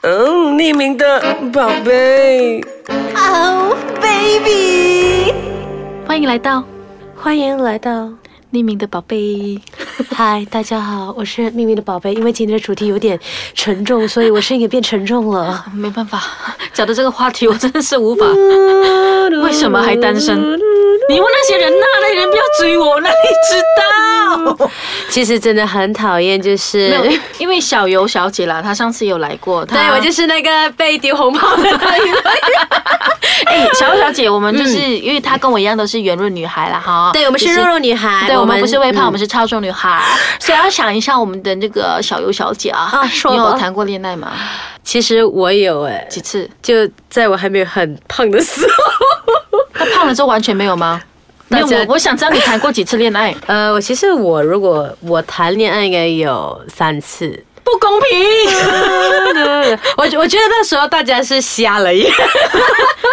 匿名的宝贝。 Oh baby，欢迎来到欢迎来到匿名的宝 贝。嗨，大家好，我是秘密的宝贝。因为今天的主题有点沉重， 所以我声音也变沉重了。没办法，讲到这个话题，我真的 是无法。为什么还单身？你问那些人呐、那些人不要追我，那你 知道？其实真的很讨厌，就是没有，因为小游小姐啦，她上次有来过，她对我就是 那个被丢红包的那一个。 哎、小游小姐，我们就是、因为她跟我一样都是圆润女孩啦，哈。嗯对，我们是只肉肉女孩，对，我们不是微胖，我嗯们是超重女 孩，所以要想一下我们的那个小游小姐啊，啊说你有吧谈过恋爱吗？其实我有哎、几次？就在我还没有很胖的时候。那胖了之后完全没有吗？没有， 大家我我想知道你谈过几次 恋爱？呃，我其实我如果我谈恋爱应该有三次。不公平！我我觉得那时候大家是瞎了眼，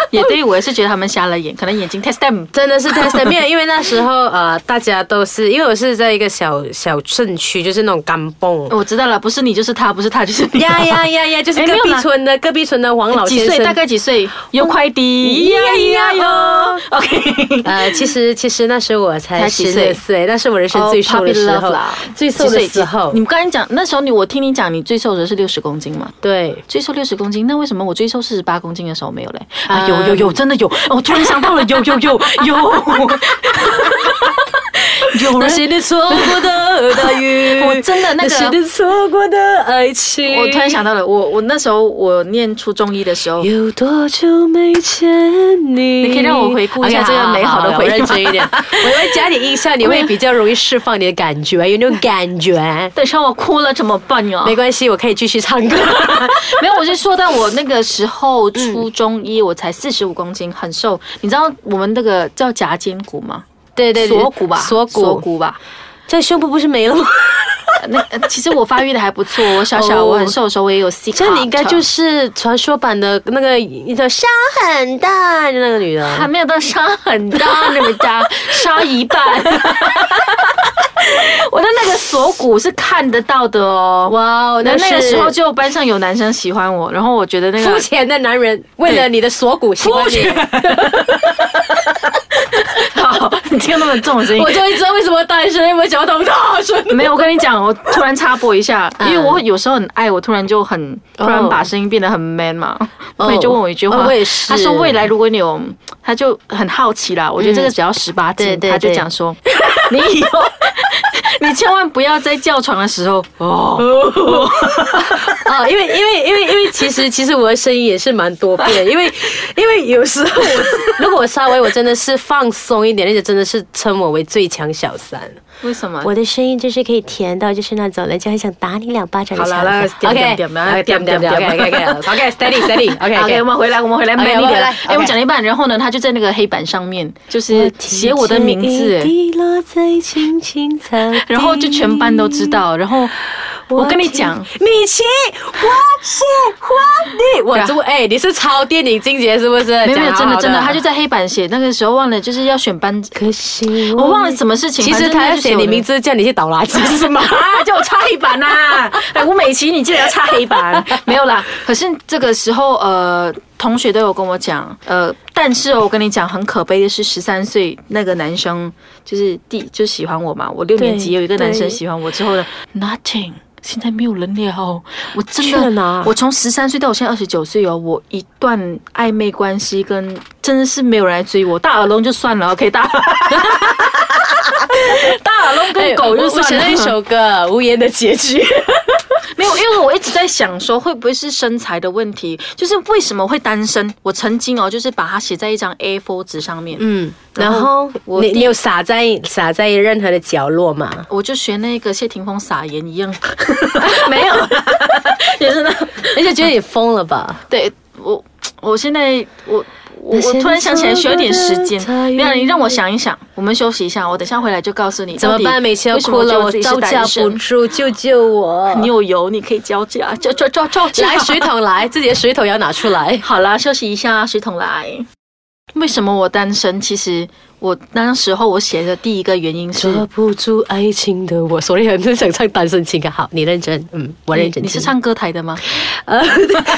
也对，我也是觉得他们瞎了眼，可能眼睛 test them。真的是太神秘了。因为那时候呃，大家都是因为我是在一个小小镇区，就是那种干蹦。我知道了，不是你就是他，不是他就是 你。呀呀呀呀！就是哎隔没有壁啦村的隔壁村的王老几先岁？生，大概几 岁？有快递？呀嗯呀哟！OK， 呃，其实其实那时候我才才十几六岁岁，那是我人生哦最瘦的 puppy 时 love 啊候啦，最瘦的时候你。们刚才讲那时候你，我听你讲，你最瘦的时候是六十公斤嘛？ 对，最瘦六十公斤，那为什么我最瘦四十八公斤的时候没有嘞？啊，嗯有有有，真的有！我突然想到了，有有 有有。有那人，些你错过的大雨我真的那个那些你错过的爱情。我突然想到了，我我那时候我念初中一的时候，有多久没见你？你可以让我回顾一下 OK，这个好美好的好回忆我吗认真一点，我要加点音效，你会比较容易释放你的感 觉，有那种感觉。等一下我哭了怎么办呀？没关系，我可以继续唱歌。 没有，我是说到我那个时候初中一，我才四十五公斤，很瘦。你知道我们那个叫夹肩骨吗？对对对，锁骨吧，锁骨，锁骨吧。这胸部不是 没了吗？呃那 呃其实我发育的还不错，我小小哦我很瘦的时候我也有 C 卡，这你应该就是传说版的那个你的伤很大的那个女还的。没有到伤很大那么大，伤啊一 半。我的那个锁骨是看得到的哦。 哇哦，那那那个是时候就班上有男生喜欢我，然后我觉得那肤个浅的男人为了你的锁骨喜欢肤你， 好，你听到那么重的声音我。终于知道为什么单身，因为脚痛大 声。没有，我跟你讲，我突然插播一下，嗯因为我有时候很爱，我突然就很突然把声音变得很 man 嘛，哦所以就问我一句话，哦我也是他说未来如果你有，他就很好奇啦，我觉得这个只要十八嗯对斤，对他就对讲 说，你以后你千万不要在叫床的时候哦，哦，因为因为因为因为其实其实我的声音也是蛮多变的，因 为因为有时候我 如果我稍微我真的是放松一点，那就真的是称我为最强小三。为什么？我的声音就是可以甜到就是那种人家很想打你两巴掌的好强啦三。啦，点点点点点点点 OK，OK，OK，OK，steady steady，OK OK，我们回来，我们回来 OK，慢一我们回点来。哎，我 OK 讲了一半，然后呢，他就在那个黑板上面，就是写我的名字，哎滴落在青青草地然后就全班都知。道。然后我跟你讲，听米奇，我喜欢你。我这哎、你是抄电影情节是不是？没有没有，讲真好啊的好真的，嗯他就在黑板写，那个时候忘了就是要选班，可惜我忘了什么事情。其实反正他要就写写我你的名字，叫你去倒垃圾是 吗？啊，叫我擦黑板 呐、哎，吴美琪，你记得要擦黑板。 没有啦，可是这个时候，呃，同学都有跟我讲，呃，但是哦我跟你讲，很可悲的是，十三岁那个男生就是第就喜欢我嘛，我六年级对有一个男生对喜欢我之后呢，nothing。现在没有人了，哦我真去了的哪，我从十三岁到我现在二十九岁哦，我一段暧昧关系跟真的是没有人来追我，大耳窿就算了，OK，大 大耳窿跟狗就哎我我算写了。了一首歌《无言的结局》。没有，因为我一直在想说，会不会是身材的问题？就是为什么会单身？我曾经哦，就是把它写在一张 A4 纸上面，嗯，然 然后后我你弟你有撒在撒在任何的角落 吗？我就学那个谢霆锋撒盐一样，没 有，也是那人家觉得你疯了吧？对我，我现在我。我那些我突然想起来，需要一点时间错过的。才没有，你让我想一想，我们休息一下，我等一下回来就告诉你怎么办？每次期都哭了，我自己是招架单不身。住，救救我！你有油，你可以交架，交 交交交架。来水桶来，自己的水桶要拿出来。好啦，休息一下，水桶来。为什么我单身？其实我那时候我写的第一个原因是，抓不住爱情的我，所以很想唱单身情歌。好，你认真，嗯，我认你真你听。是唱歌台的吗？呃，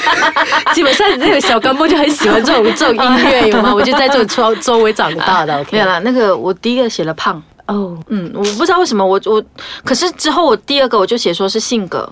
基本上那个小干部就很喜欢这种这种音乐，有吗？我就在这种周周围长大的。没 OK，有啦，那个我第一个写了胖，哦，嗯，我不知道为什么我我，可是之后我第二个我就写说是性格，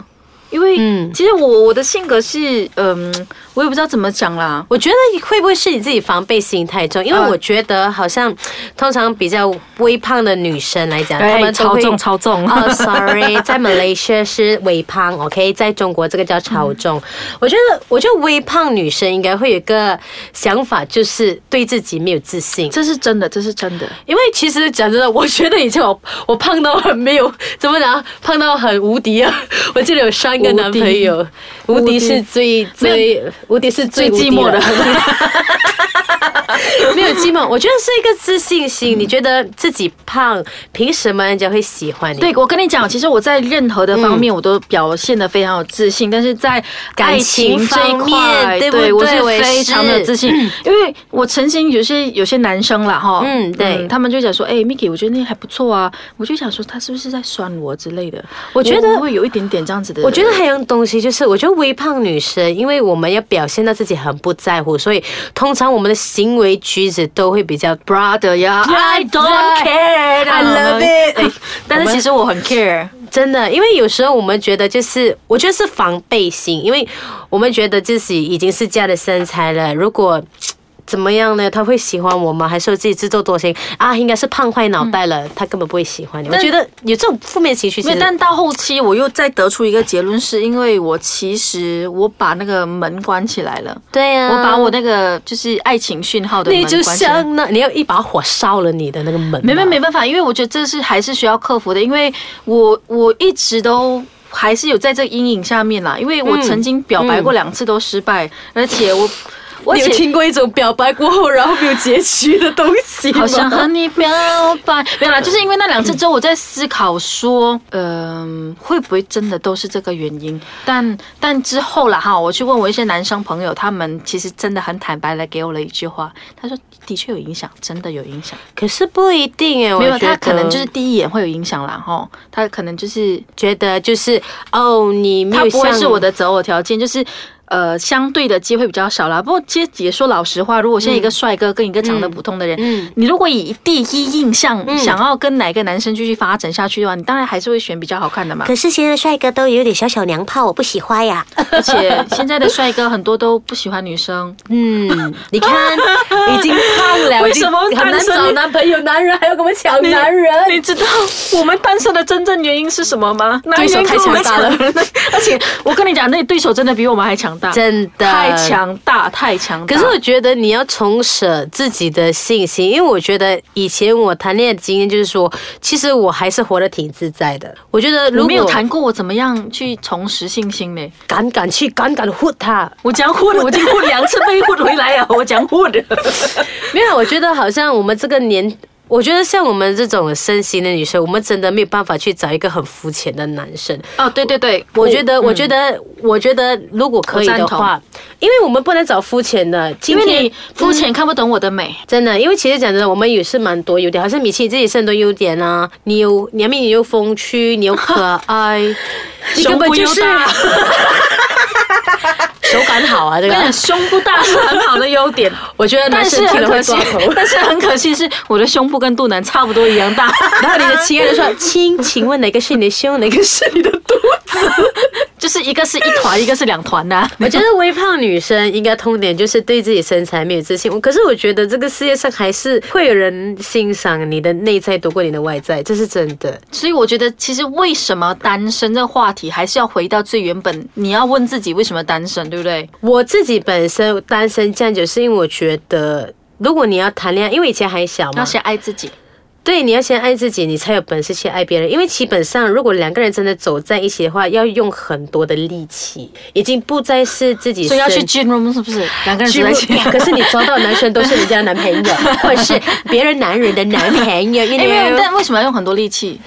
因为嗯其实我我的性格是嗯，我也不知道怎么讲啦，我觉得会不会是你自己防备心太重？因为呃我觉得好像通常比较微胖的女生来讲，她哎们都超会重超重哦、s o r r y 在 Malaysia 是微胖，OK，在中国这个叫超重。嗯我觉得，我觉得微胖女生应该会有一个想法，就是对自己没有自信。这是真的，这是真的。因为其实讲真的，我觉得以前我 我胖到很没有怎么讲，胖到很无敌啊！ 我记得有三个男朋友，无无敌敌是最最无敌是最最寂无敌寞的 没有寂寞，我觉得是一个自信心。你觉得自己胖，凭什么人家会喜欢你？对，我跟你讲，其实我在任何的方面嗯我都表现得非常有自信，但是在爱情感情这一方块，面对不我对是我也非常的是 自信，因为我曾经有些有些男生啦，哈，嗯对他们就讲说，哎，Miki，我觉得那还不错啊，我就想说他是不是在酸我之类的，我觉得会有一点点这样子的，我觉得还有东西就是，我觉得微胖女生，因为我们要表现到自己很不在乎，所以通常我们的行为举止都会比较 brother 呀 I don't care, I love it 哎但是其实我很 care，真的，因为有时候我们觉得就是，我觉得是防备心，因为我们觉得自己已经是这样的身材了，如果。怎么样呢？他会喜欢我吗？还是我自己自作多情啊？应该是胖坏脑袋了，他根本不会喜欢你。我但觉得有这种负面情绪，其没有，实但到后期我又再得出一个结论，是因为我其实我把那个门关起来了。对啊呀、我把我那个就是爱情讯号的门你就关起来嗯像那你要一把火烧了你的那个门，啊没没没，办法，因为我觉得这是还是需要克服的，因为我我一直都。还是有在这阴影下面啦，因为我曾经表白过两次都失败，而且我，我而你有且听过一种表白过后然后没有结局的东西 吗？好想和你表白，没有啦，就是因为那两次之后，我在思考说，嗯、会不会真的都是这个原因？但但之后啦哈，我去问我一些男生朋友，他们其实真的很坦白的给我了一句话，他说的确有影响，真的有影响。可是不一定哎，我没有，觉他得可能就是第一眼会有影响啦，哈，他可能就是觉得就是哦，你没他有不会像是我的择偶条件，就是。呃，相对的机会比较少啦。不过，其实也说老实话，如果现在一个帅哥跟一个长得普通的人，嗯你如果以第一印象、想要跟哪个男生继续发展下去的话，你当然还是会选比较好看的嘛。可是现在帅哥都有点小小娘炮，我不喜欢呀。而且现在的帅哥很多都不喜欢女生，嗯，你看，已经胖了，为什么已经很难单身找男朋友？男人还要跟我抢男人？你知道我们单身的真正原因是什么吗？对手太强大了男人跟我们抢而且我跟你讲，那对手真的比我们还强大，真的太强大，太强大。可是我觉得你要重舍自己的信心，因为我觉得以前我谈恋爱的经验就是说，其实我还是活得挺自在的。我觉得如我果没有谈过，我怎么样去重拾信心呢？敢敢去敢敢 h 他，我讲混，我已经混两次被混回来啊！我讲混的， 没有，我觉得好像我们这个年，我觉得像我们这种身形的女生，我们真的没有办法去找一个很肤浅的男生。哦，对对对，我觉得，我觉得，我觉得，如果可以的我赞话，因为我们不能找肤浅的， 因今为天你肤浅看不懂我的美，真的，因为其实讲真的，我们也是蛮多优点，好像米奇你自己是很多优点啊，你有，你面你又风趣，你又可爱，你根本就是 胸部又大 手感好啊，这对个 啊，胸部大是很好的优点，我觉得男 但生是听很了可会惜抓头。， 但是很可惜是我的胸部跟肚腩差不多一样大， 然后你的情人就说：“亲，请问哪个是你的胸，哪个是你的肚子就是一个是一团，一个是两团啊 呐、？”我觉得微胖女生应该通点就是对自己身材没有自信。我可是我觉得这个世界上还是会有人欣赏你的内在多过你的外在，这是真的。所以我觉得，其实为什么单身这个话题，还是要回到最原本，你要问自己为什么单身，对不对？我自己本身单身这样久，是因为我觉得。如果你要谈恋爱，因为以前还小嘛要，先爱自己。对，你要先爱自己，你才有本事去爱别人。因为基本上，如果两个人真的走在一起的话，要用很多的力气，已经不再是自己身。所以要去 gym room 是不是？两个人住在一起。 可是你抓到的男生都是人家的男 朋友，或者是别人男人的男朋友，因因为为但为什么要用很多力气？因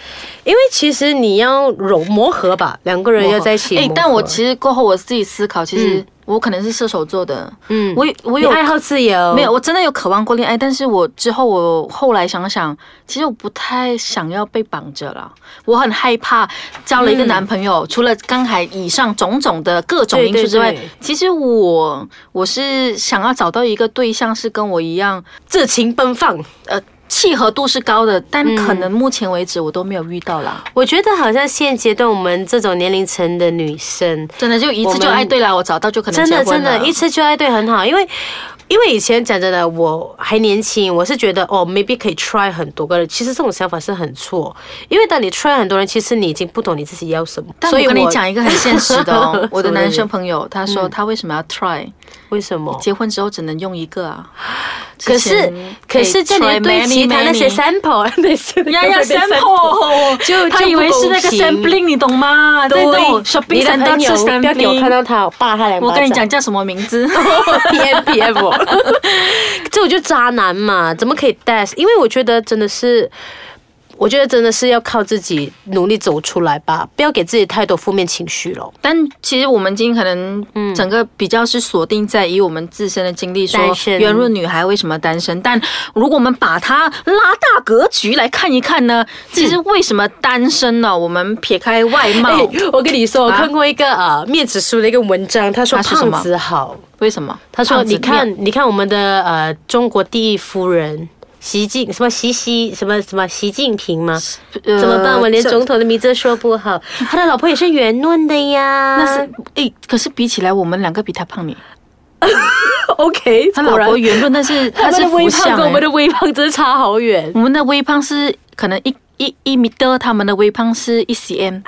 因为其实你要融磨合吧，两个人要在一起磨哎、合。但我其实过后我自己思考，其实嗯我可能是射手座的，嗯我我你有爱好自由，没有，我真的有渴望过恋爱，但是我之后我后来想想，其实我不太想要被绑着了，我很害怕交了一个男朋友，除了刚才以上种种的各种因素之外，对对对其实我我是想要找到一个对象是跟我一样，热情奔放。呃，契合度是高的，但可能目前为止我都没有遇到啦，我觉得好像现阶段我们这种年龄层的女生，真的就一次我就们爱对了，我找到就可能真的结婚真了的，一次就爱对很好，因为。因为以前讲真的，我还年轻，我是觉得哦，maybe 可以 try 很多个人。其实这种想法是很错，因为当你 try 很多人，其实你已经不懂你自己要什么。但所以我跟你我讲一个很现实的 什么哦东，西我的男生朋友他说嗯他为什么要 try？、为什么？结婚之后只能用一个啊。可是可是这这里里对其他那些 sample 那些呀呀 sample，就他就以不为是公那个平 sampling，你懂吗？在那种对， shopping 你的 center 朋吃友不要给我 sampling 看到他，我扒他两巴掌。我跟 你讲叫什么名字？ ，PM PM，我 这我就渣男嘛，怎么可以 dash？因为我觉得真的是。我觉得真的是要靠自己努力走出来吧，不要给自己太多负面情绪了。但其实我们今天可嗯能整个比较是锁定在以我们自身的经历说单，身圆润女孩为什么单身？但如果我们把它拉大格局来看一看嗯呢，其实为什么单身呢？我们撇开外哎貌，我跟你说，我啊看过一个呃面子书的一个文章，他说他是胖什么子好，为什么？他说胖：“子你看，你看我们的呃中国第一夫人习近什么习习什么什么习近平吗？呃怎么办？我连这总统的名字都说不好。他的老婆也是圆润的 呀。那是诶、可是比起来，我们两个比他胖你。 OK，他老婆圆润，但是 他他们是的微福胖相、跟我们欸。的微胖真的差好远。我们的微胖是可能一一一米的，他们的微胖是一 cm。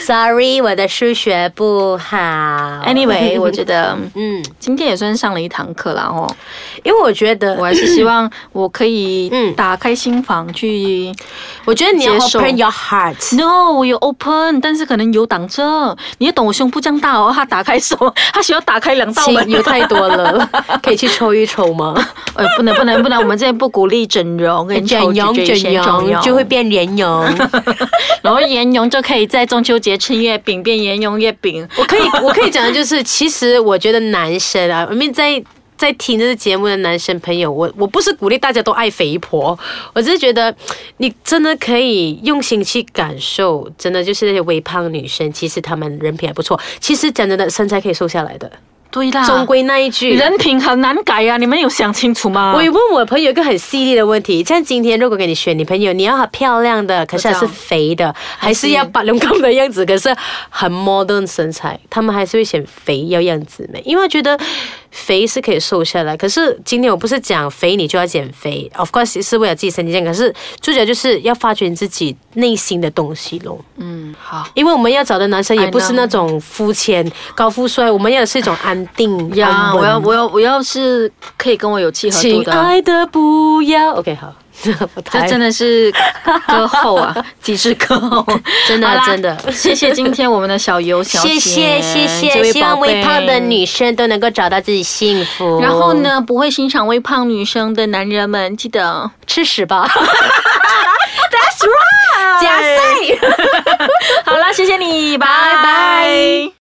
Sorry，我的数学不好。 Anyway，我觉得嗯，今天也算上了一堂课啦哦。因为我觉我得，还是希望我可以嗯打开心房去。我觉得你要接受 open your heart。 No，我有 open，但是可能有挡着。你也懂，我胸部这样大哦，他打开手，他需要打开两道门。有太多 了，可以去抽一抽吗？ 哎，不能不能不能，我们这边不鼓励整 容跟整抽脂容这些整容就会变圆容。 然后盐蓉就可以在中秋节吃月饼，变盐蓉月饼。我可以，我可以讲的就是，其实我觉得男生啊，我们在在听这个节目的男生朋友，我我不是鼓励大家都爱肥婆，我只是觉得你真的可以用心去感受，真的就是那些微胖女生，其实她们人品还不错，其实讲真的，身材可以瘦下来的，对啦，终归那一句。人品很难改啊！你们有想清楚吗？我也问我朋友一个很犀利的问题，像今天如果给你选女朋友，你要她漂亮的，可是还我知是道肥的，还还是是要把龙宫的样子，可是很 modern 身材，他们还是会选肥要样子美，因为觉得肥是可以瘦下来。可是今天我不是讲肥你就要减肥，of course 是为了自己身体健康，可是最主要就是要发掘你自己内心的东西咯。嗯，好因为我们要找的男生也 I 不是 know 那种肤浅、高富帅，我们要的是一种安定、呀，安稳啊我要我要我要是可以跟我有契合度亲的啊，爱的，不要。OK，好， 我这抬真的是歌后啊， 几是歌 后，真的好啦真的谢谢今天我们的小游小姐，谢谢谢这谢，位希望宝贝微胖的。女生都能够找到自己幸福。然后，呢，不会欣赏微胖女生的男人们，记得吃屎 吧！That's right，假赛。好啦，谢谢你，拜拜拜。